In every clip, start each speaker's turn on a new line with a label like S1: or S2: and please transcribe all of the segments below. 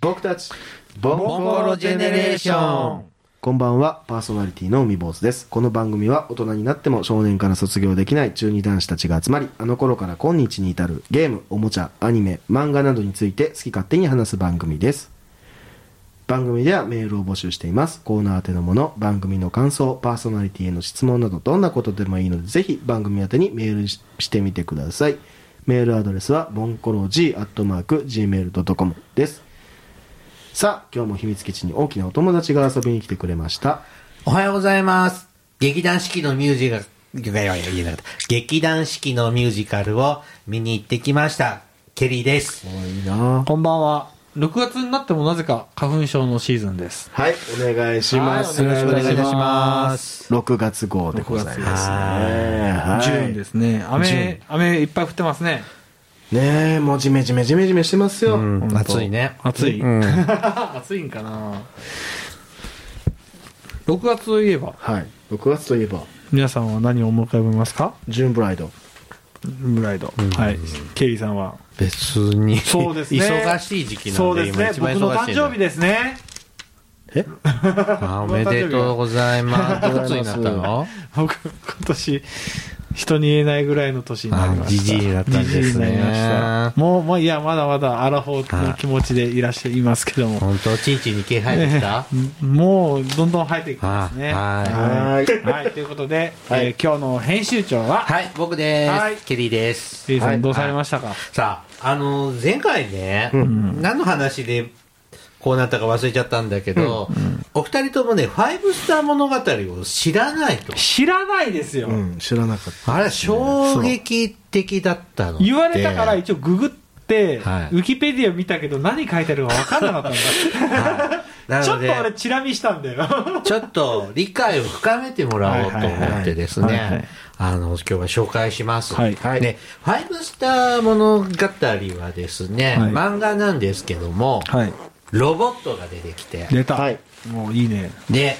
S1: 僕たちボ
S2: ボンゴロジェネレーション
S1: こんばんはパーソナリティの海坊主ですこの番組は大人になっても少年から卒業できない中二男子たちが集まりあの頃から今日に至るゲームおもちゃアニメ漫画などについて好き勝手に話す番組です番組ではメールを募集していますコーナー宛てのもの番組の感想パーソナリティへの質問などどんなことでもいいのでぜひ番組宛てにメールししてみてくださいメールアドレスはボンコロジーアットマーク Gmail.com ですさあ今日も秘密基地に大きなお友達が遊びに来てくれました
S2: おはようございます。劇団四季のミュージカル、いやいやいや言えなかった劇団四季のミュージカルを見に行ってきました。ケリーです。
S1: いいな
S3: こんばんは。6月になってもなぜか花粉症のシーズンです。
S1: はいお願いします、
S3: はいお願いします
S1: 6月号でございますねはい
S3: ジューンですね。雨
S1: ジ、
S3: 雨いっぱい降ってますね。
S1: ねえもうジメジメジメジメしてますよ、
S2: うん暑いね。
S3: 暑い。暑いんかな6月といえば、
S1: はい6月といえば
S3: 皆さんは何を思い浮かべますか
S1: ジューンブライド
S3: ブライド。はい。ケリーさんは。
S2: 別に。
S3: そうですね
S2: 忙しい時期なんで、
S3: そうですね
S2: 今。一
S3: 僕
S2: 番
S3: の
S2: 忙し
S3: 誕
S2: い
S3: 生日
S2: で。
S3: ですね。
S2: あおめでとうございます。いくつになったの
S3: 僕、今年、人に言えないぐらいの年になりました。
S2: あじじいになったんです
S3: じ
S2: ね
S3: じいになりましたもう、もういや、まだまだアラフォーの気持ちでいらっしゃいますけども。
S2: 本当、ちんちんに毛生えてきた
S3: もう、どんどん生えていくんですね。
S2: あはい
S3: はい。はい。ということで、
S1: はい
S3: えー今日の編集長は、
S2: はい、僕です。
S3: はい
S2: ケリーです。
S3: シリーさ
S1: はい
S3: んどうされましたか
S2: さあ、あの、前回ね、
S3: ん
S2: 何の話でこうなったか忘れちゃったんだけど、お二人ともね、ファイブスター物語を知らないと。
S3: 知らないですよ。
S1: うん知らなかった
S2: あれ、衝撃的だったの。
S3: 言われたから一応ググって、
S2: はい
S3: ウィキペディア見たけど何書いてあるか分かんなかったん
S2: な
S3: だ。ちょ
S2: の
S3: っ
S2: で
S3: と俺、チラ見したんだよ。
S2: ちょっと理解を深めてもらおうと思ってです
S3: はいはいはいはい
S2: ね、あの、今日は紹介します。
S3: はい
S1: はい
S2: で、ファイブスター物語はですね、
S3: はい
S2: 漫画なんですけども、
S3: はい。
S2: ロボットが 出てきて、
S3: 出た。
S1: はい
S3: もういいね。
S2: で、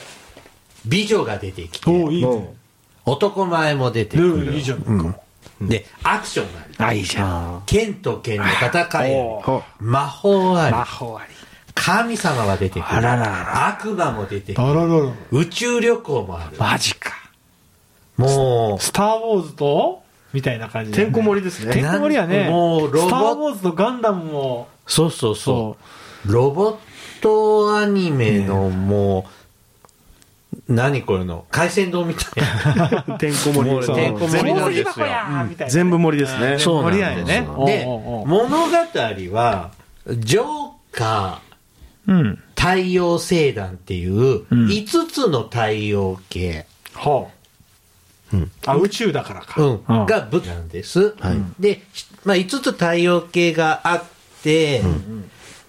S2: 美女が出てき
S3: おお、
S2: て、
S3: いいね
S1: も。
S2: 男前も出てく
S3: ルー
S2: る。
S3: ルいいじゃん。
S2: で、アクションがある。
S3: あ、いいじゃん。
S2: 剣と剣の戦い
S3: お
S2: あ
S1: ー
S2: り。魔法あり
S3: 魔。法あり。
S2: 神様が出てくる。
S3: あららら
S2: 悪魔も出てくる。
S3: あららら。
S2: 宇宙旅行もある。
S3: マジか。
S2: も
S3: スター・ウォーズとみたいな感じ
S1: う
S3: だよ
S1: てん
S3: ね
S1: こ盛りです
S3: てん
S1: ね
S3: こ盛りはね、
S2: もうロボ
S3: スター・ウォーズとガンダムも、
S2: う、そうそうそう。ロボットアニメのもう、何これの、海鮮丼みたい な。
S1: てんこ盛り
S2: もうてんこ盛りなんで
S3: 大盛
S2: すよ
S3: り箱やーみたいなね
S1: 全部盛りですね
S2: そうなん
S3: 盛りなん
S2: で
S3: よ
S2: す
S3: ね
S2: よで、
S3: おうおうおう
S2: 物語は、ジョーカー、
S3: うん。
S2: 太陽星団っていう、
S3: ん
S2: 5つの太陽系、
S3: ほう。
S1: うん
S3: あ、宇宙だからか。
S2: うん
S3: うん
S2: が部なんです。
S1: はい
S2: で、しまあ、5つ太陽系があって、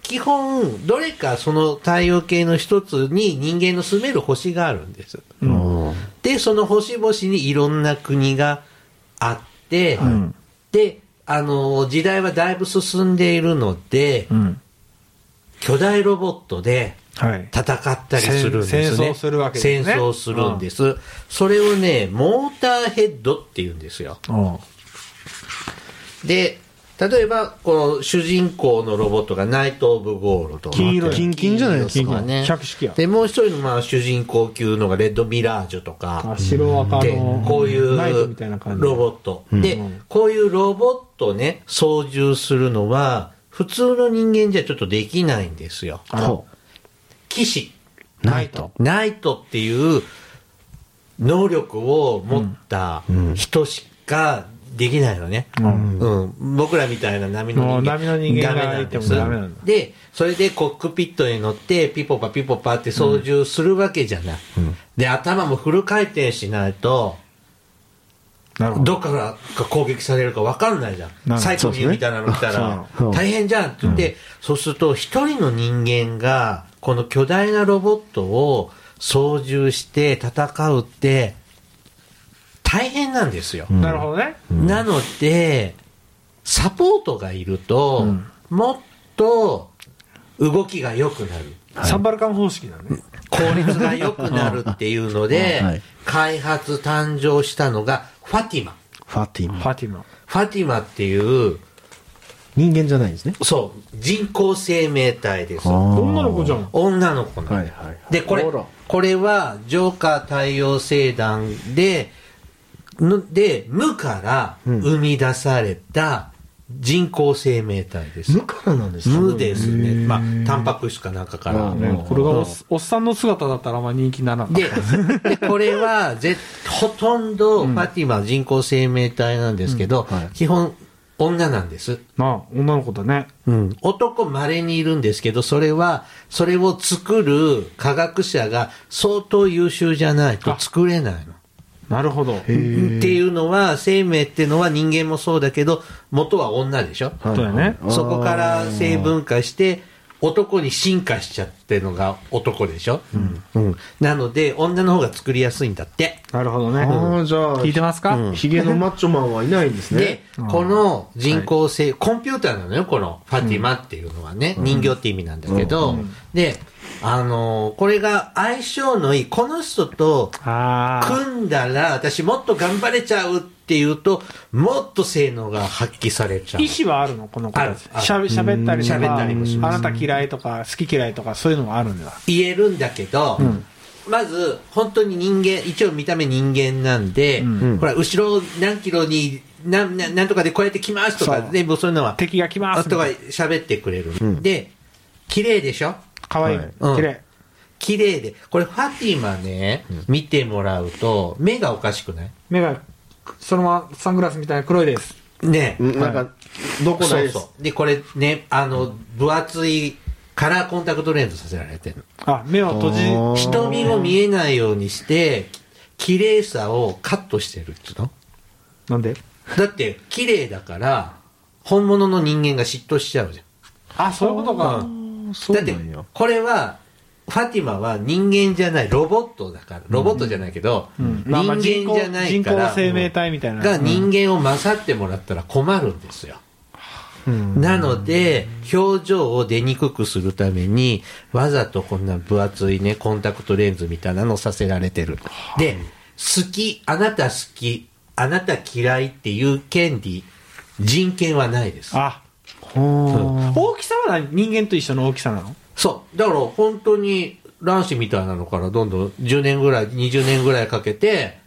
S2: 基本、どれかその太陽系の一つに人間の住める星があるんです。
S1: うん
S2: で、その星々にいろんな国があって、
S3: ん
S2: で、あの時代はだいぶ進んでいるので、
S3: うん。
S2: 巨大ロボットで、
S3: はい。
S2: 戦ったりするんですね。
S3: 戦争するわけですね
S2: 戦争するんです。それをね、モーターヘッドって言うんですよ。
S3: お
S2: で、例えば、この主人公のロボットがナイト・オブ・ゴールド。
S3: 金色や
S1: キンキンじゃないです
S2: と
S1: か
S2: かね。
S3: 百式や
S2: で、もう一人のまあ主人公級のがレッド・ミラージュと
S3: あ、
S2: か、
S3: 白赤
S2: で
S3: の、、
S2: こういう
S3: ナイトみたいな感じ。
S2: ロボット。で、こういうロボットね、操縦するのは、普通の人間じゃちょっとできないんですよ。
S1: ほ
S2: 騎士。
S1: うナイト
S2: ナイトっていう能力を持った人しかできないのね。
S3: う。
S2: うんん僕らみたいな波の人間
S3: もう波の人間が
S2: ダメなんです
S3: いてもダメなんだ
S2: で、それでコックピットに乗ってピポパピポパって操縦するわけじゃない。で、頭もフル回転しないと、
S3: なるほど。
S2: どっからが攻撃されるか分かんないじゃ。
S3: なんる
S2: サイコミューみたいなの見たら
S1: そうそう、、
S2: 大変じゃんって言って、そうすると一人の人間が、この巨大なロボットを操縦して戦うって、大変なんですよ。
S3: なるほどね。
S2: なので、サポートがいると、
S3: うん
S2: もっと動きが良くなる。
S3: サンバルカン方式だね。
S2: 効率が良くなるっていうので
S1: はい
S2: 開発誕生したのが、ファティマ。
S1: ファティマ
S3: ファティマ。
S2: ファティマっていう
S1: 人間じゃないんですね。
S2: そう人工生命体です
S3: 女の子じゃん。
S2: 女の子なんです
S1: はいはいはい。
S2: でこれ
S1: あら
S2: これはジョーカー太陽星団でので無から生み出された人工生命体です、
S1: 無からなんですか
S2: 無ですね
S3: へー
S2: まあタンパク質かなんかから、
S1: うん
S3: ねこれがおっおっさんの姿だったらあんま人気にならなかっ
S2: ででこれはぜほとんどファティマは人工生命体なんですけど、
S1: うんはい
S2: 基本女なんです、
S3: た。なあ、女の子だね。
S2: 男稀にいるんですけど、それは、それを作る科学者が相当優秀じゃないと作れないの。
S3: なるほど。
S1: へー
S2: っていうのは、生命っていうのは人間もそうだけど、元は女でしょ
S1: はい
S3: そうだよね
S1: はい
S2: そこから
S1: あー
S2: 性分化して、男に進化しちゃってるのが男でしょ、うんなので、女の方が作りやすいんだって。
S3: なるほどね。
S1: ああ、じゃあ、
S3: 聞いてますか、
S2: うん
S1: ヒゲのマッチョマンはいないんです
S2: で
S1: ね。、
S2: この人工性、コンピューターなのよ、このファティマっていうのはね、人形って意味なんだけど、で、あのーこれが相性のいい、この人と
S3: ああ。
S2: 組んだら、私もっと頑張れちゃうっていうと、もっと性能が発揮されちゃう
S3: 意。思はあるのこの子たち
S2: ある
S3: しゃべ喋ったりとか
S2: うん喋ったりもしま
S3: あなた嫌いとか好き嫌いとかそういうのもあるんだ
S2: 言えるんだけど、
S3: うん
S2: まず、本当に人間、一応見た目人間なんで、
S3: うん
S2: ほら、後ろ何キロに、なん、なんなんとかでこうやって来ますとか
S3: そ、う
S2: 全部そういうのは、
S3: 敵が来ます
S2: と
S3: み
S2: か
S3: たい
S2: 喋ってくれる。
S1: うん
S2: で、綺麗でしょ
S3: なかわいい
S1: はい
S2: うん
S3: 綺麗
S2: 綺麗で。これ、ファティマね、見てもらうと、目がおかしくない
S3: 目がそのままサングラスみたいな黒いです
S2: ねえ。
S1: うんなんか、どこな
S2: そ
S1: いうです。
S2: そう。で、これね、あの、分厚いカラーコンタクトレンズさせられてる。
S3: あ目を閉じ
S1: あー
S2: 瞳を見えないようにして、綺麗さをカットしてるっつうの
S3: なんで
S2: だって、綺麗だから、本物の人間が嫉妬しちゃうじゃん。
S3: あそういうことか
S2: うん
S1: そ
S2: だって。、これは、ファティマは人間じゃない、ロボットだから、ロボットじゃないけど、
S3: うん
S2: 人
S3: まあまあ
S2: 間じゃないから、
S3: 人工生命体みたいな
S2: が人間を勝ってもらったら困るんですよ。
S3: うん
S2: なので、表情を出にくくするために、わざとこんな分厚いね、コンタクトレンズみたいなのさせられてる。で、好き、あなた好き、あなた嫌いっていう権利、人権はないです。
S3: あ
S1: ほ
S3: 大きさは何人間と一緒の大きさなの
S2: そう。だから本当に卵子みたいなのからどんどん10年ぐらい、20年ぐらいかけて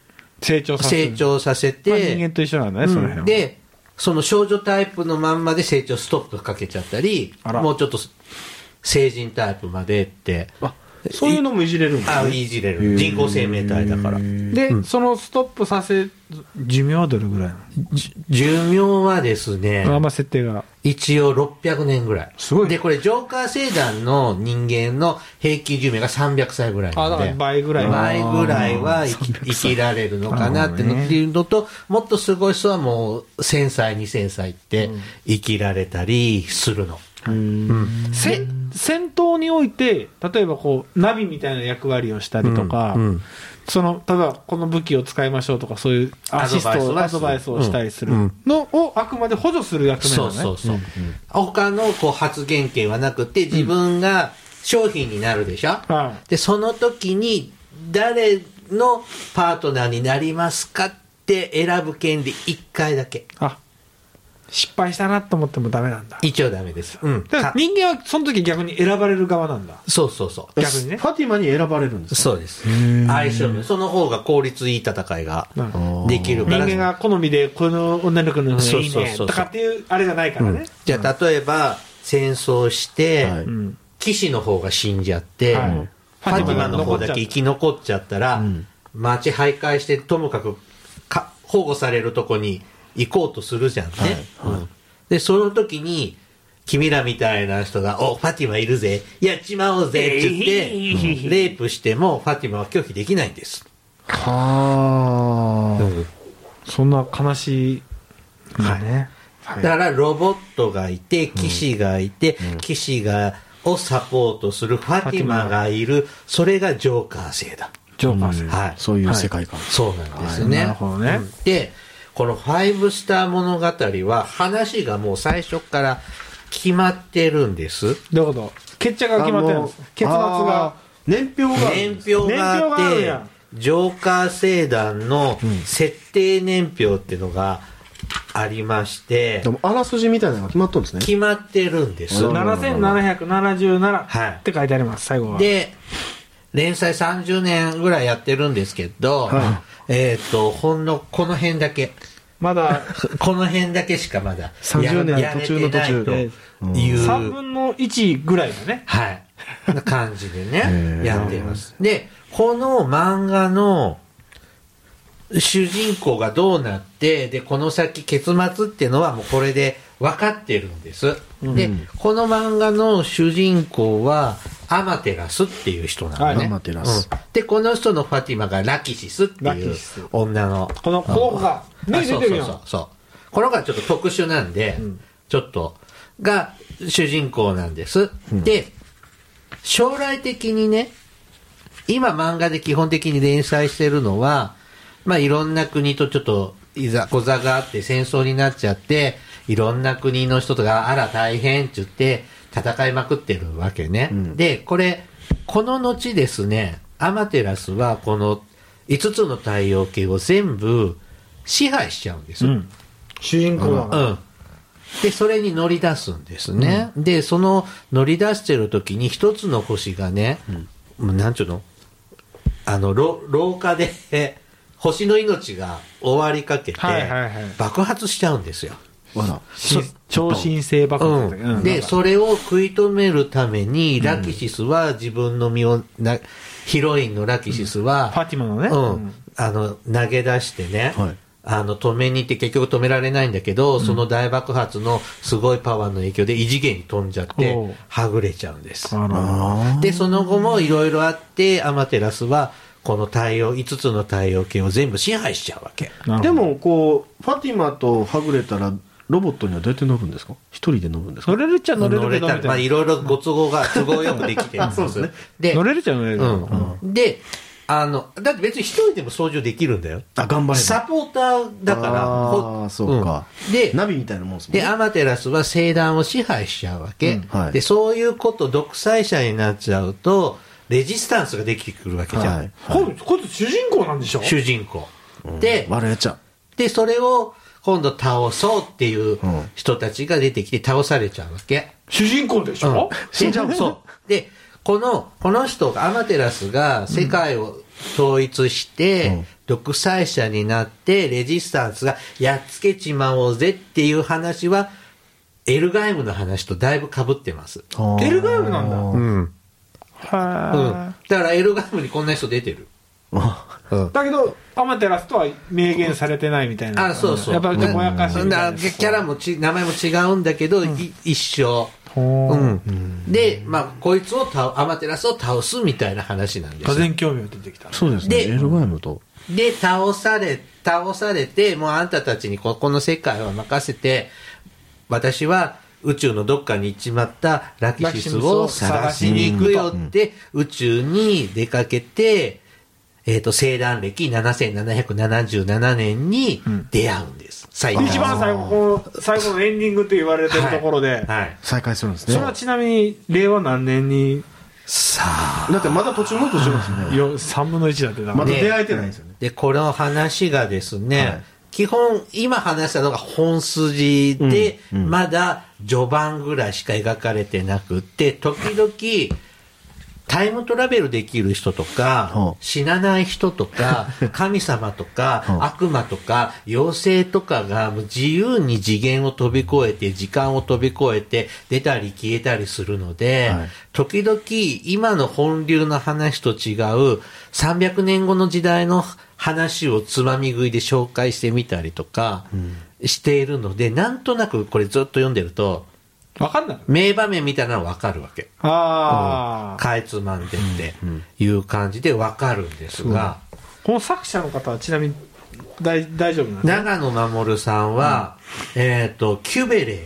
S3: 成長させ
S2: 成
S3: る
S2: 長させ
S3: まあ人間
S2: て、
S3: と一緒なんだねその辺
S2: う
S3: は
S2: んで、その少女タイプのまんまで成長ストップかけちゃったり、
S3: あら
S2: もうちょっと成人タイプまでって、
S1: あ、そういうのもいじれるんです
S2: あ、
S1: ね。
S2: いじれる。人工生命体だから。
S3: で、そのストップさせ寿命はどれぐらいなの
S2: 寿命はですね、
S3: あんま設定が
S2: 一応600年ぐらい。
S3: すごい
S2: で、これ、ジョーカー星団の人間の平均寿命が300歳ぐらい
S3: あだ
S2: なの
S3: か
S2: で。
S3: ら倍ぐらい
S2: 前ぐらいは生き生きられるのかなってのっていうのと、もっとすごい人はもう1000歳、2000歳って生きられたりするの。
S1: うん
S3: せ戦闘において、例えばこう、ナビみたいな役割をしたりとか、
S2: うんうん
S3: その、ただこの武器を使いましょうとか、そういうアシストを、ア
S2: ア
S3: ド
S2: ド
S3: バ
S2: バ
S3: イ
S2: イ
S3: ス
S2: ス
S3: を
S2: を
S3: したりするのを、あくまで補助する役目な
S2: そ
S3: の
S2: う
S3: ね。
S2: そうそう。他のこう発言権はなくて、自分が商品になるでしょ、
S3: は
S2: で、その時に誰のパートナーになりますかって選ぶ権利1回だけ。
S3: あ、失敗したなと思ってもダメなんだ。
S2: 一応ダメです。うん。
S3: だから
S2: か
S3: 人間はその時逆に選ばれる側なんだ。
S2: そうそうそ
S3: 逆にね
S1: ファティマに選ばれるんで
S2: う。
S1: す
S2: そうです。相性の、その方が効率いい戦いが
S3: なんか
S2: できる
S3: 人
S2: から。
S3: 間が好みで、この女の子の方がいい
S2: そうそう
S3: ね
S2: そ
S3: と
S2: う
S3: かっていうあれがないからね。
S2: じゃあ、例えば、戦争して、
S1: はい
S3: うん
S2: 騎士の方が死んじゃって、
S3: はい
S2: ファティマの方だけ生き残っちゃったら、
S1: ん
S2: 町徘徊してともかくか保護されるとこに行こうとするじゃんね、うんでその時に君らみたいな人が「おファティマいるぜやっちまおうぜ」って言って、うんレイプしてもファティマは拒否できないんです、
S3: はあ、そんな悲しいんだね。
S2: だからロボットがいて騎士がいて、騎士がをサポートするファティマがいるそれがジョーカー制だ
S3: ジョーカーさん
S2: はい
S1: そういう世界観。
S2: そうなんですね。
S3: はいなるほどね
S2: うんで、この「ファイブスター物語」は話がもう最初から決まってるんです。
S3: どういうこと決着が決まってるんです
S1: あもう
S3: 結末が
S1: あー年表がある
S2: 年
S1: んです
S2: 表があっ
S3: 年表がある
S2: て
S3: やん
S2: ジョーカー星団の設定年表っていうのがありまして
S1: で、も、あらすじみたいなのが決まっとるんですね。
S2: 決まってるんです。
S1: うん
S2: はい
S3: 7777って書いてあります、最後は。
S2: で、連載30年ぐらいやってるんですけど、
S1: は
S2: えっ、と、ほんのこの辺だけ、
S3: まだ、
S2: この辺だけしかまだ
S1: 30年
S2: や
S1: 途中の途中
S2: やれてないという、
S3: 3分の1ぐらいだね。
S2: はい。な感じで
S1: へ
S2: ね
S1: ー、
S2: やっています。で、この漫画の主人公がどうなって、で、この先結末っていうのはもうこれで分かってるんです。で、この漫画の主人公は、アマテラスっていう人なのね。
S3: はい
S1: アマテラス
S2: うんで、この人のファティマがラキシスって
S3: ラ
S2: い
S3: キ
S2: う
S3: シス
S2: 女の
S3: この、こうが、
S2: あ
S3: ね、出
S2: そう
S3: て
S2: そ
S3: る
S2: う
S3: やん
S2: そうそうこのがちょっと特殊なんで、ちょっとが主人公なんです、で将来的にね今漫画で基本的に連載してるのはまあいろんな国とちょっといざこざがあって戦争になっちゃっていろんな国の人とかあら大変って言って戦いまくってるわけね、でこれこの後ですねアマテラスはこの5つの太陽系を全部支配しちゃうんです、
S3: うん。主人公だから。
S2: うん。で、それに乗り出すんですね。で、その乗り出してる時に一つの星がね、もうなんちゅうのあの、ろ廊下で、 え星の命が終わりかけて
S3: はいはいはい、
S2: 爆発しちゃうんですよ。
S1: あら。
S3: し超新星爆
S2: う
S3: 発だったっけ
S2: ん、で、それを食い止めるために、ラキシスは自分の身をな、ヒロインのラキシスは、
S3: ファティマのね。
S2: うん。あの、投げ出してね、
S1: はい
S2: あの、止めに行って結局止められないんだけど、その大爆発のすごいパワーの影響で異次元に飛んじゃって
S3: おう、
S2: はぐれちゃうんです。
S3: あの、
S1: あ
S2: で、その後もいろいろあって、アマテラスは、この太陽、5つの太陽系を全部支配しちゃうわけ。
S3: なるほ
S1: あ。
S3: ど
S1: で、も、こう、ファティマとはぐれたら、ロボットにはどうやって乗るんですか一人で乗るんですか
S3: 乗れるっちゃ乗れる
S2: 乗
S3: け
S2: れ
S3: ど、
S2: た
S3: み
S2: ら、まあ
S3: た
S2: い
S3: い
S2: ろいろご都合が、都合よくできてるんです。そうですね。
S3: な。
S2: で、
S3: 乗れるっちゃ乗れる。
S2: うん。で、あの、だって別に一人でも操縦できるんだよ。
S1: あ、頑張れば。
S2: サポーターだから。
S1: あ
S2: ほ
S1: あ、そうか。
S2: うんで、
S1: ナビみたいなもんですもん
S2: で、
S1: ね。
S2: アマテラスは聖団を支配しちゃうわけ。
S1: うんはい
S2: で、そういうこと、独裁者になっちゃうと、レジスタンスができてくるわけじゃん。
S1: はい。
S3: こいつ、こいつ主人公なんでしょ
S2: 主人公。で、
S1: 悪いやっちゃう。
S2: で、それを今度倒そうっていう
S1: うん
S2: 人たちが出てきて倒されちゃうわけ。
S3: 主人公でし
S2: うん
S3: ょ
S1: 死んじゃう
S2: でそう。 で、この、この人が、アマテラスが世界を統一して、
S1: うん
S2: 独裁者になって、レジスタンスがやっつけちまおうぜっていう話は、エルガイムの話とだいぶ被ってます。
S3: エルガイムなんだ
S1: だ。
S2: ん。うん
S3: は。
S2: だからエルガイムにこんな人出てる。
S1: あ
S3: い。だけど、アマテラスとは明言されてないみたいな。
S2: あ、そうそう。
S3: やっぱり
S2: ね
S3: ぼやかし
S2: う
S3: み
S2: ん
S3: た
S2: だ
S3: いな。
S2: キャラもち、名前も違うんだけど、い一緒。
S3: ほー
S2: うん。で、まあ、こいつを倒、アマテラスを倒すみたいな話なんです
S3: 俄
S2: よ。
S3: 然興味が出てきた。
S1: そうですね。
S2: で
S1: エルガイムと。
S2: で、倒され、倒されて、もうあんたたちにここの世界は任せて、私は宇宙のどっかに行っちまったラキシスを探しに行くよって、宇宙に出かけて、えっ、と、生誕歴7777年に出会うんです。最
S3: 一番最後、この最後のエンディングって言われてるところで、
S2: はい。
S1: 再開するんですね。
S3: それはちなみに、令和何年に、
S2: さあ。
S1: だってまだ途中もっとしてますよね。
S3: よ3分の1だってな。
S1: まだ
S2: ね
S1: 出会えてないんですよね。
S2: で、この話がですね、
S1: はい
S2: 基本、今話したのが本筋で、
S1: うんうん
S2: まだ序盤ぐらいしか描かれてなくって、時々、タイムトラベルできる人と
S1: ほ
S2: か
S1: う、
S2: 死なない人とか、神様と
S1: ほう
S2: か、悪魔とか、妖精とかがもう自由に次元を飛び越えて、時間を飛び越えて、出たり消えたりするので、
S1: はい
S2: 時々今の本流の話と違う、300年後の時代の話をつまみ食いで紹介してみたりとかしているので、なんとなくこれずっと読んでると、
S3: わかんない。
S2: 名場面みたいなのわかるわけ。
S3: ああ。
S2: かいつまんでっていう感じでわかるんですが、
S3: この作者の方はちなみに、大大丈夫なんですか
S2: 長野守さんは、えっ、と、キュベレー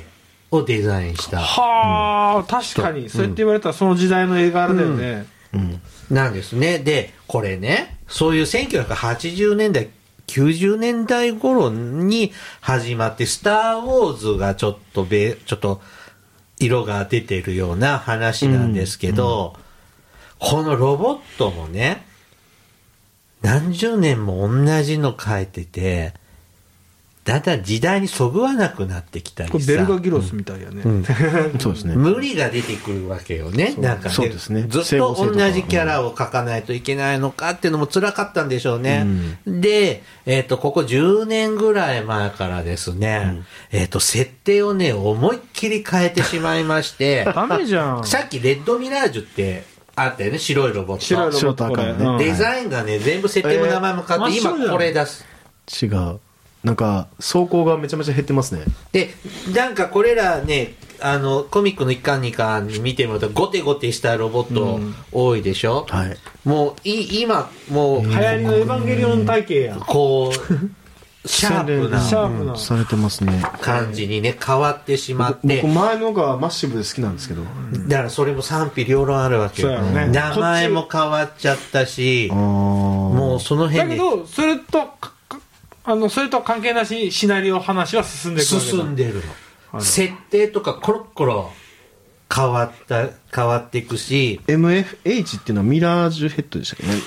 S2: をデザインした、
S3: はあ、確かに、そうやって言われたらその時代の絵柄だよね。
S2: なんですね。で、これね、そういう1980年代、90年代頃に始まって、スター・ウォーズがちょっとべ、ちょっと、色が出てるような話なんですけど、このロボットもね、何十年も同じの書いてて、だんだん時代にそぐわなくなってきた
S4: こ
S2: り
S4: れベルガ
S2: さ、
S4: ギロスみたいやね。
S1: そうですね。
S2: 無理が出てくるわけよね、なんか
S1: そうですね
S2: ずっ
S1: 整合
S2: と
S1: 性と
S2: 同
S1: か
S2: じキャラを描かないといけないのかっていうのも辛かったんでしょうね。で、えっ、と、ここ10年ぐらい前からですね、えっ、と、設定をね、思いっきり変えてしまい まして、
S4: ダメじゃん。
S2: さっきレッドミラージュってあったよね、白いロボット。
S4: 白いロボッ
S1: 白と赤
S4: う
S1: の
S4: ん
S1: ね。
S2: デザインがね、全部設定も名前も変わって、
S4: えー真っ白じゃ
S2: 今
S4: ん
S2: これ出す。
S1: 違う。なんか、走行がめちゃめちゃ減ってますね。
S2: で、なんかこれらね、あの、コミックの一巻二巻に見てもらうと、ゴテゴテしたロボット多いでしょ、
S1: はい。
S2: もう、い、今、もう、
S4: 流行りのエヴァンゲリオン体型やん。
S2: こう、シャープな
S4: シャープな
S1: うんされてますね。
S2: 感じにね、変わってしまっ
S1: 僕
S2: て、
S1: 前のがマッシブで好きなんですけど。
S2: だからそれも賛否両論あるわけよ。
S4: そうやろね
S2: 名前も変わっちゃったし、
S1: も
S2: もうその
S4: だ
S2: 辺
S4: け
S2: で
S4: ど、それとか、かあの、それとは関係なしにシナリオ話は進んでいくわけだ。
S2: 進んでるの。設定とかコロッコロ変わった、変わっていくし、
S1: MFH っていうのはミラージュヘッドでしたっけね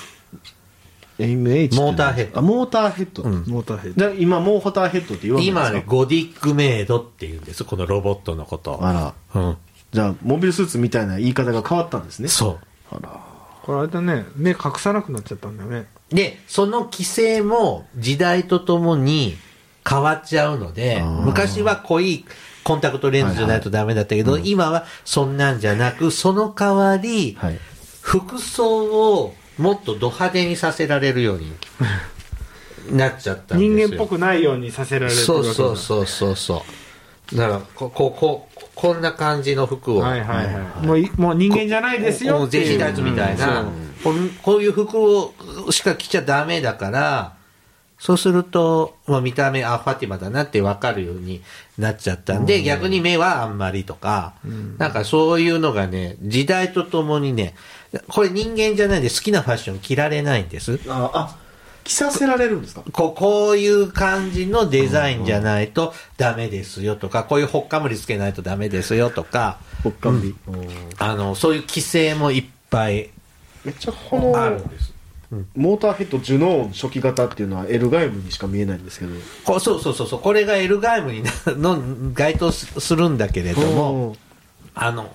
S1: MH っていうのは
S2: モーターヘッド
S1: あモーターヘッド、
S4: モーターヘッド。
S1: で今モーホターヘッドって言わないんです
S2: 今
S1: か
S2: はね、ゴディックメイドっていうんです、このロボットのこと。
S1: あら
S2: うん。
S1: じゃあモビルスーツみたいな言い方が変わったんですね
S2: そ
S4: これあれだね、目隠さなくなっちゃったんだよね。
S2: う。で、その規制も時代とともに変わっちゃうので
S1: あ、ー
S2: 昔は濃いコンタクトレンズじゃないとダメだったけど、今はそんなんじゃなく、その代わり、
S1: はい
S2: 服装をもっとド派手にさせられるようになっちゃったんですよ。
S4: 人間っぽくないようにさせられるって
S2: そ
S4: わ
S2: う
S4: けだ
S2: そうそうそうそうだからここここんな感じの服を、
S4: はいはいはい。もうい、もう人間じゃないです
S2: こ
S4: よ
S2: こ
S4: っていう。
S2: ぜひだつみたいな、こんこういう服をしか着ちゃダメだからそうすると、まあ、見た目あファティマだなって分かるようになっちゃったんで、逆に目はあんまりとか、なんかそういうのがね時代とともにねこれ人間じゃないんで好きなファッション着られないんです
S1: ああ着させられるんですか
S2: こうこういう感じのデザインじゃないとダメですよとか、こういうほっかむりつけないとダメですよとか、
S1: ほっかむり、おー
S2: あの、そういう規制もいっぱい
S1: めっちゃこ
S2: ある
S1: の
S2: んです。
S1: モーターヘッドジュノーン初期型っていうのは L 外部にしか見えないんですけど
S2: こうそうそうそうそう、これがエルガイムにな の該当すするんだけれども、
S1: おー
S2: あの、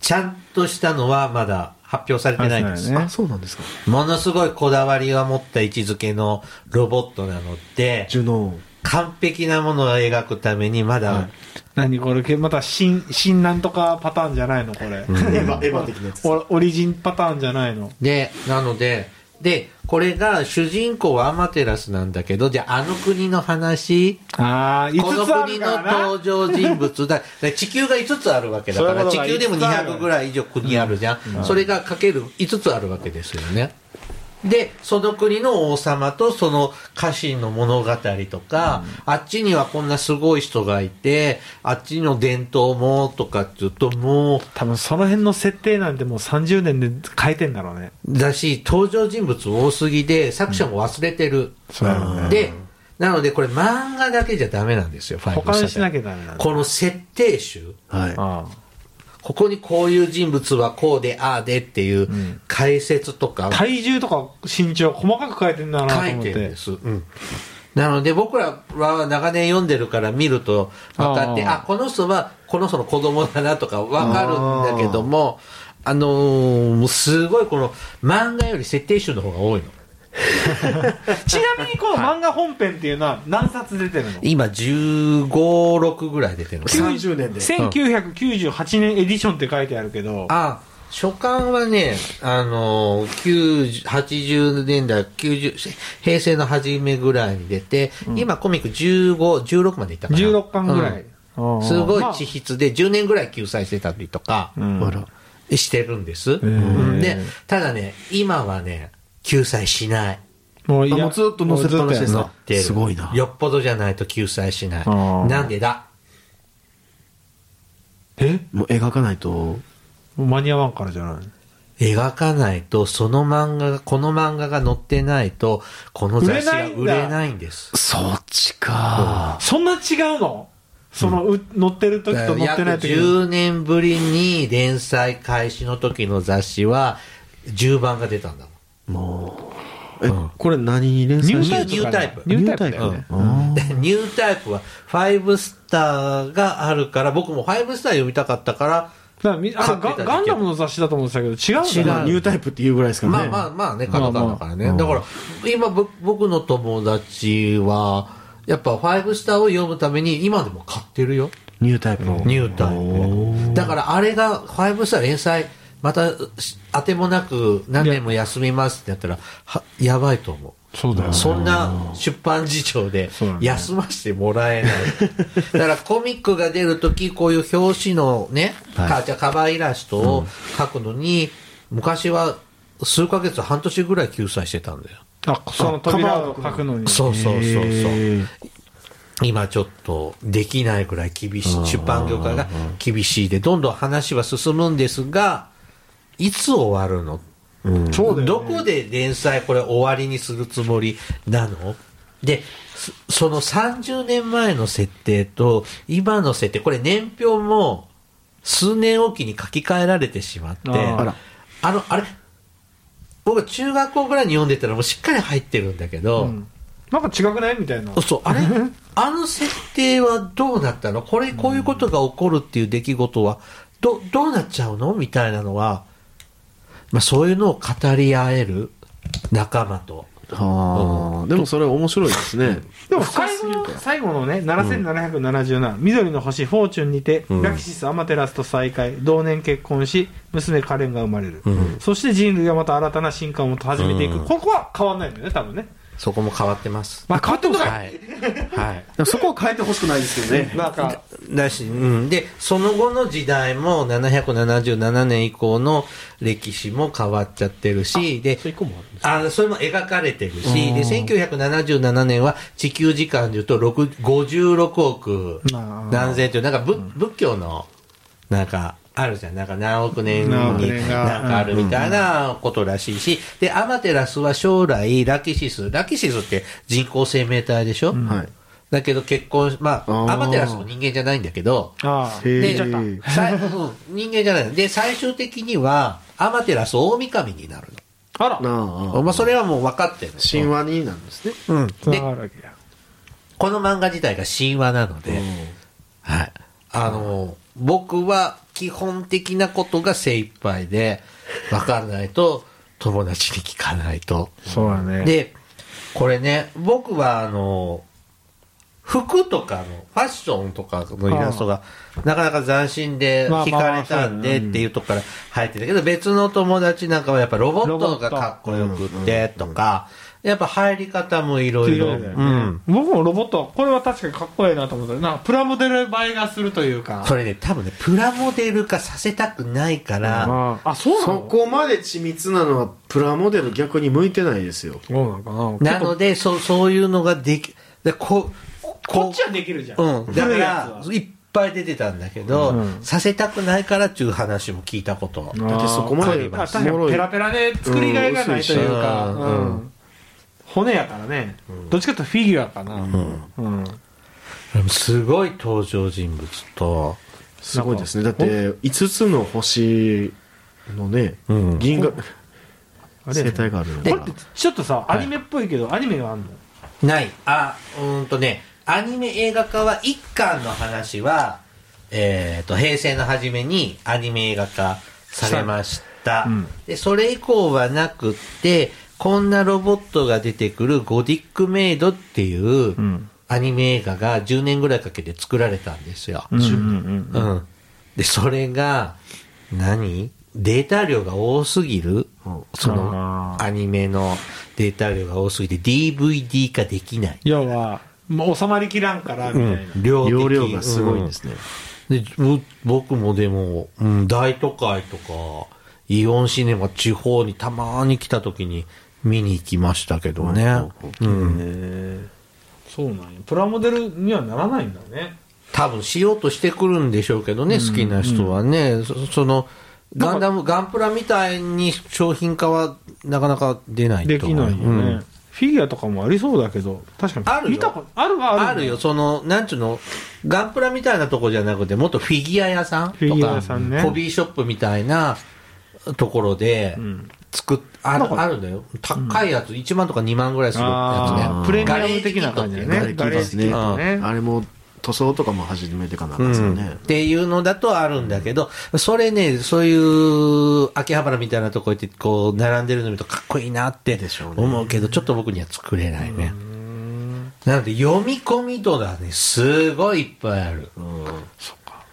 S2: ちゃんとしたのはまだ発表されてないんです。
S1: あそうなんですか
S2: ものすごいこだわりを持った位置づけのロボットなので、
S1: ジュノーン
S2: 完璧なものを描くためにまだ、
S3: 何これ、けまた新、新なんとかパターンじゃないのこれ。
S1: エヴァエヴァ的なやつ
S3: オオリジンパターンじゃないの。
S2: で、なので、で、これが主人公はアマテラスなんだけど、じゃああの国の話、
S3: ああ、5
S2: この
S3: つあ
S2: 国
S3: る
S2: の
S3: からな。
S2: 登場人物だ、だから地球が5つあるわけだ
S3: そ
S2: か
S3: ういう
S2: ら、
S3: こ
S2: 地
S3: とが
S2: 球でも
S3: 5つある
S2: 200ぐらい以上国あるじゃん。それがかける5つあるわけですよね。で、その国の王様とその家臣の物語とか、あっちにはこんなすごい人がいて、あっちの伝統もとかっていうと、もう、
S3: 多分その辺の設定なんてもう30年で変えてんだろうね。
S2: だし、登場人物多すぎで、作者も忘れてる。で、なのでこれ漫画だけじゃダメなんですよ、ファイ
S3: 保
S2: ブスター
S3: 管しなきゃダメなんだ。
S2: この設定集、
S1: はい
S3: あ
S2: ここにこういう人物はこうで、ああでっていう解説とか
S3: あ体重とか身長細かく変えてんだなと
S2: 書い
S3: 思ってて。
S2: るんです。うんなので僕らは長年読んでるから見ると分かって、
S3: あ
S2: あこの人はこの人の子供だなとか分かるんだけども、あのーもうすごいこの漫画より設定集の方が多いの。
S3: ちなみにこの漫画本編っていうのは何冊出てるの
S2: 今15、6ぐらい出てるのかな
S1: 30年で
S3: 1998年エディションって書いてあるけど、
S2: あ、書簡はね、あのー、90 80年代、90、平成の初めぐらいに出て、今コミック15、16までいったかな。
S3: 16巻ぐらい。
S2: う
S3: あ
S2: ん。
S3: あ
S2: すごい
S3: まあ
S2: 地筆で10年ぐらい救済してたりとか、
S3: ん
S1: あら
S2: してるんです。
S3: ー
S2: で、ただね、今はね、救済しない。
S3: もうい
S1: あ
S3: や
S1: もうずっと載せっぱなしです
S3: も
S1: か
S3: うずっとやんの
S2: 出る
S1: すごいな
S2: よっぽどじゃないと救済しない。
S3: あー
S2: なんでだ
S3: え
S1: もう描かないと
S3: もう間に合わんからじゃない
S2: 描かないと、その漫画が、この漫画が載ってないと、この雑誌が売
S3: 売れないんだ
S2: れないんです。
S1: そっちか
S3: そんな違うのその、う乗ってる時と乗ってない
S2: 約
S3: 時の
S2: 10年ぶりに連載開始の時の雑誌は、10番が出たんだもん。
S1: もえ、これ何に連載
S2: ニ
S1: して
S2: ュ
S1: る
S2: ーニュータイプ。
S3: ニュータイプだよね。
S1: あ
S2: で ニュータイプは5スターがあるから、僕も5スター読みたたかったから、
S3: だからみあ
S2: 買っ
S3: の
S2: てた
S3: ガ
S2: 時期
S3: ガンダムの雑誌だと思ってたけど、違
S1: ー
S3: うんだ
S1: まあ
S3: ね。
S1: ニュータイプっていうぐらいですから
S2: まあ
S1: ね。
S2: まあまあね、カタカナだからね。
S1: まあまあ
S2: だから、今ぼ僕の友達は、やっぱ5スターを読むために今でも買ってるよ。
S1: ニュータイプの。
S2: ニュータイプ。だからあれが5スター連載、またし当てもなく何年も休みますってやったら、はやばいと思う。
S3: そうだよね。
S2: そんな出版事情で
S3: そうなんだよ
S2: 休ませてもらえない。だからコミックが出るとき、こういう表紙のね、
S1: はい
S2: かじゃあカバーイラストを書くのに、昔は数ヶ月、半年ぐらい休載してたんだよ。
S3: あ、その扉を書くのに。
S2: そうそうそうそう。
S1: へー
S2: 今ちょっとできないぐらい厳しい、出版業界が厳しいで、どんどん話は進むんですが、いつ終わるの
S3: そうだよね
S2: どこで連載これ終わりにするつもりなので、そその30年前の設定と今の設定、これ年表も数年おきに書き換えられてしまって、
S3: あー
S1: あら
S2: あの、あれ僕は中学校ぐらいに読んでたらもうしっかり入ってるんだけど、
S3: うんなんか違くないみたいな。
S2: そう、あれあの設定はどうなったのこれ、こういうことが起こるっていう出来事は、ど、どうなっちゃうのみたいなのは、まあそういうのを語り合える仲間と。
S1: はあ。でもそれ面白いですね。
S3: でも最後の最後のね7777、緑の星フォーチュンにて、
S1: うん
S3: ラキシスアマテラスと再会同年結婚し娘カレンが生まれる、そして人類はまた新たな進化をもっと始めていく、ここは変わんないんだよね多分ね
S2: そこも変わってます。
S3: まあ変わってもない
S2: はい。はい。
S1: でもそこを変えてほしくないですけどね。
S3: なんか
S2: だし、うん。で、その後の時代も、777年以降の歴史も変わっちゃってるし、で、
S3: そういう個もある
S2: あそれも描かれてるし、で、1977年は地球時間でいうと6 56億
S3: まあ
S2: 何千という、なんかぶ仏教の、なんか、あるじゃん。なんか何億年に
S3: 何億年が
S2: なんかあるみたいなことらしいし、で、アマテラスは将来、ラキシス、ラキシスって人工生命体でしょ、
S1: はい。
S2: だけど結婚し、ま
S1: あー
S2: あ、アマテラスも人間じゃないんだけど、
S3: ああ
S1: へ
S2: で、
S1: え
S2: さいうん人間じゃない。で、最終的には、アマテラス大神になるの。
S3: あら
S1: なあ。
S2: まあ、それはもう分かってる。
S1: 神話になんですね。
S2: うん。
S3: つな
S2: で、
S3: がるわけや
S2: この漫画自体が神話なので、はい。あの、僕は基本的なことが精一杯で、分からないと、友達に聞かないと。
S3: そうだね
S2: で、これね、僕はあの、服とかの、ファッションとかのイラストが、なかなか斬新で
S3: まあ
S2: 惹かれたんでっていうとこから入ってたけど、別の友達なんかはやっぱロボットがかっこよくってとか、やっぱ入り方もいろいろ。
S3: 色々
S2: う
S3: だよね
S2: ん。
S3: 僕もロボットこれは確かにかっこいいなと思ったなんかプラモデル映えがするというか
S2: それね、多分ね、プラモデル化させたくないから、
S3: あああそうな
S1: そ
S3: の
S1: こまで緻密なのはプラモデル逆に向いてないですよ。
S3: そうなのかな
S2: なので、そう、そういうのができ、でここ
S3: こっちはできるじゃん、
S2: うん、だか
S3: 古いや
S2: ら
S3: つはい
S2: っぱい出てたんだけど、
S3: うん
S2: させたくないからっていう話も聞いたこと、
S1: だってそこまで
S3: あー確かにペラペラで作りがいがないというか、
S2: うん
S3: うん骨やからね、どっちかというとフィギュアかな、うん
S2: すごい登場人物と、
S1: すごいですね。だって、5つの星のね、銀河、
S3: あれ
S1: 生態があるの
S3: これ
S1: か
S3: ってちょっとさアニメっぽいけど、アニメがあんの
S2: ないあうーんとねアニメ映画化は一巻の話は、えー、と平成の初めにアニメ映画化されました、
S3: うん
S2: でそれ以降はなくってこんなロボットが出てくる「ゴディックメイド」っていう
S3: うん
S2: アニメ映画が10年ぐらいかけて作られたんですよ、
S3: うん
S2: うん。で、それが、何データ量が多すぎる
S1: うん
S2: そ
S3: あ
S2: の
S3: ー
S2: アニメのデータ量が多すぎて DVD 化できない。
S3: 要はもう収まりきらんからみたいな、
S2: 量的
S1: 容量がすごいんですね。
S2: うんでぼ僕もでも、うん大都会とか、イオンシネマ地方にたまに来た時に見に行きましたけどね。うん
S3: そうなんやプラモデルにはならないんだね
S2: 多分しようとしてくるんでしょうけどね、好きな人はね、そそのガンダムガンプラみたいに商品化はなかなか出ない
S3: で
S2: と
S3: き
S2: 思う
S3: ないよね、
S2: うん
S3: フィギュアとかもありそうだけど確かに
S2: あるよ
S3: 見たことあるはある
S2: あるよそのなんちゅうのガンプラみたいなとこじゃなくてもっとフィギュア屋さん
S3: フィ
S2: と
S3: ギュア
S2: か
S3: 屋さんね
S2: ホビーショップみたいなところで
S3: ん
S2: 作っ、あ
S3: なん
S2: る
S3: か
S2: あるんだよ高いやつ1万とか2万ぐらいするやつ
S3: あ
S2: ね
S3: ープレミアム的な
S2: ガレー
S3: 感じ
S2: ジキッ
S3: だ
S2: トって
S1: ガレーキ
S3: ね。
S2: いう
S1: ですね
S3: ガレージキットね。
S1: あれも塗装とかも始めてかなあかんですよね、
S2: っていうのだとあるんだけど、それね、そういう秋葉原みたいなとこ行って、こう、並んでるの見るとかっこいいなって思うけど、ちょっと僕には作れないね。なので、読み込み度がね、すごいいっぱいある。うん、そっ
S3: ア
S2: か。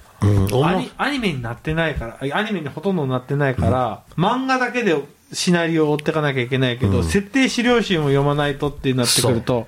S3: ニアニメになってないから、アニメにほとんどなってないから、漫画だけでシナリオを追ってかなきゃいけないけど、設定資料集も読まないとってなってくると、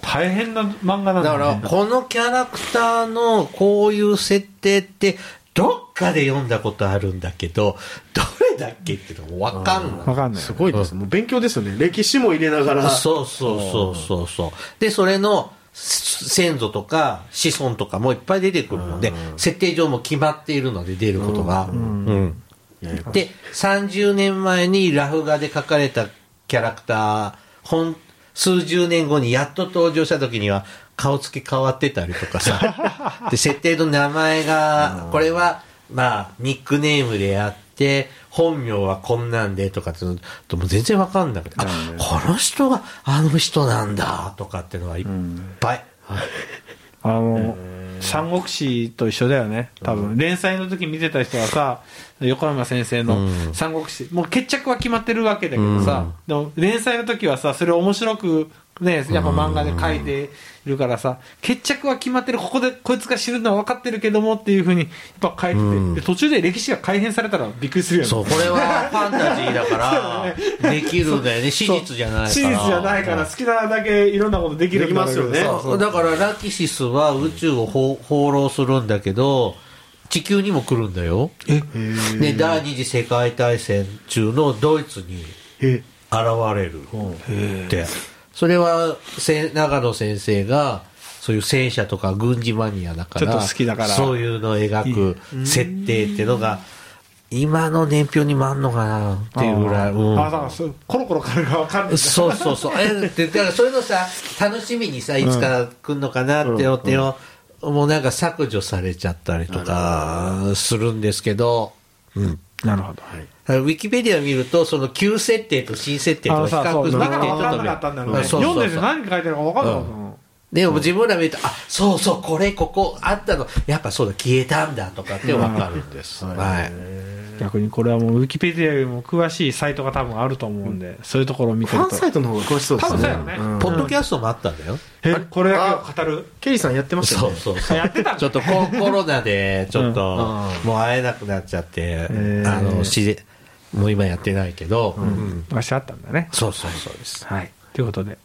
S3: 大変な漫画なん
S2: だ
S3: だ
S2: か
S3: よ
S2: ら、
S3: ね。
S2: このキャラクターのこういう設定って、どっかで読んだことあるんだけど、どれだっけっていうのもわかんない。
S3: わかんない。
S1: すごいです、もう勉強ですよね歴史も入れながら
S2: そうそうそうそうそう。で、それのす先祖とか子孫とかもいっぱい出てくるので、設定上も決まっているので出ることが。うん
S1: ややこ
S2: で、30年前にラフ画で描かれたキャラクター、ほん数十年後にやっと登場した時には顔つき変わってたりとか さ。で、設定の名前が、これは、まあ、ニックネームであって、本名はこんなんでとかっていうのともう全然わかんなくて、あ、この人があの人なんだとかっていうのはいっぱい。
S3: あの、三国志と一緒だよね。多分、連載の時見てた人はさ、横山先生の三国志、もう決着は決まってるわけだけどさ、でも連載の時はさ、それを面白く、ね、やっぱ漫画で書いているからさ、決着は決まってる、ここでこいつが知るのは分かってるけどもっていうふうに、やっぱ書いてて、で途中で歴史が改変されたらびっくりするよね。
S2: そう、これはファンタジーだ から、できるんだよね。史実じゃないから。
S3: 史実じゃないから、好きなだけいろんなことできるんだろうけど
S1: できますよね
S3: さ
S2: そうだからラキシスは宇宙を放放浪するんだけど地球にも来るんだよで第二次世界大戦中のドイツに
S1: え
S2: 現れるってそれはせ長野先生がそういう戦車とか軍事マニアだから
S3: ちょっと好きだから
S2: そういうのを描く設定ってのが今の年表にもあんのかなっていうぐらい、うん
S3: あだからそうコロコロ変わるから分かんないんだ
S2: そうそ うそう。え、って、だからそういうのさ、楽しみにさ、いつから来んのかなって思ってよ、もうなんか削除されちゃったりとかするんですけど、うん。
S3: なるほど。
S2: あのウィキペディア見ると、その旧設定と新設定
S3: あ
S2: と
S3: の
S2: 比
S3: さ、そ
S2: 較
S3: う
S2: して
S3: だから分かんなかったんだろうね。
S2: そうそう
S3: 読ん
S2: そう
S3: でて何書いてるか分かんなかったの。
S2: でも自分ら見ると、あ、そうそう、これ、ここ、あったの、やっぱそうだ、消えたんだとかってわかるんです。はい。
S3: 逆にこれはもうウィキペディアよりも詳しいサイトが多分あると思うんで、そういうところを見て
S1: フ
S3: る
S1: ァ
S3: と
S1: ンサイトの方が詳しそうですね
S3: 多分そうやろね
S1: ん
S2: ポッドキャストもあったんだよ。
S3: えこれだけを語る
S1: ケリーさんやってました
S2: そ
S1: よ
S2: う
S1: ね
S2: そうそう。
S3: やってたんだ
S2: ちょっとココロナで、ちょっと、もう会えなくなっちゃって、
S3: ー
S2: あの、しで、もう今やってないけど、うん
S3: 昔あったんだね
S2: そうそうそうです。
S3: はいということで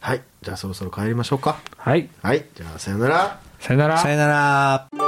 S1: はいじゃあそろそろ帰りましょうか
S3: はい
S1: はいじゃあさよなら
S3: さよなら
S2: さよなら。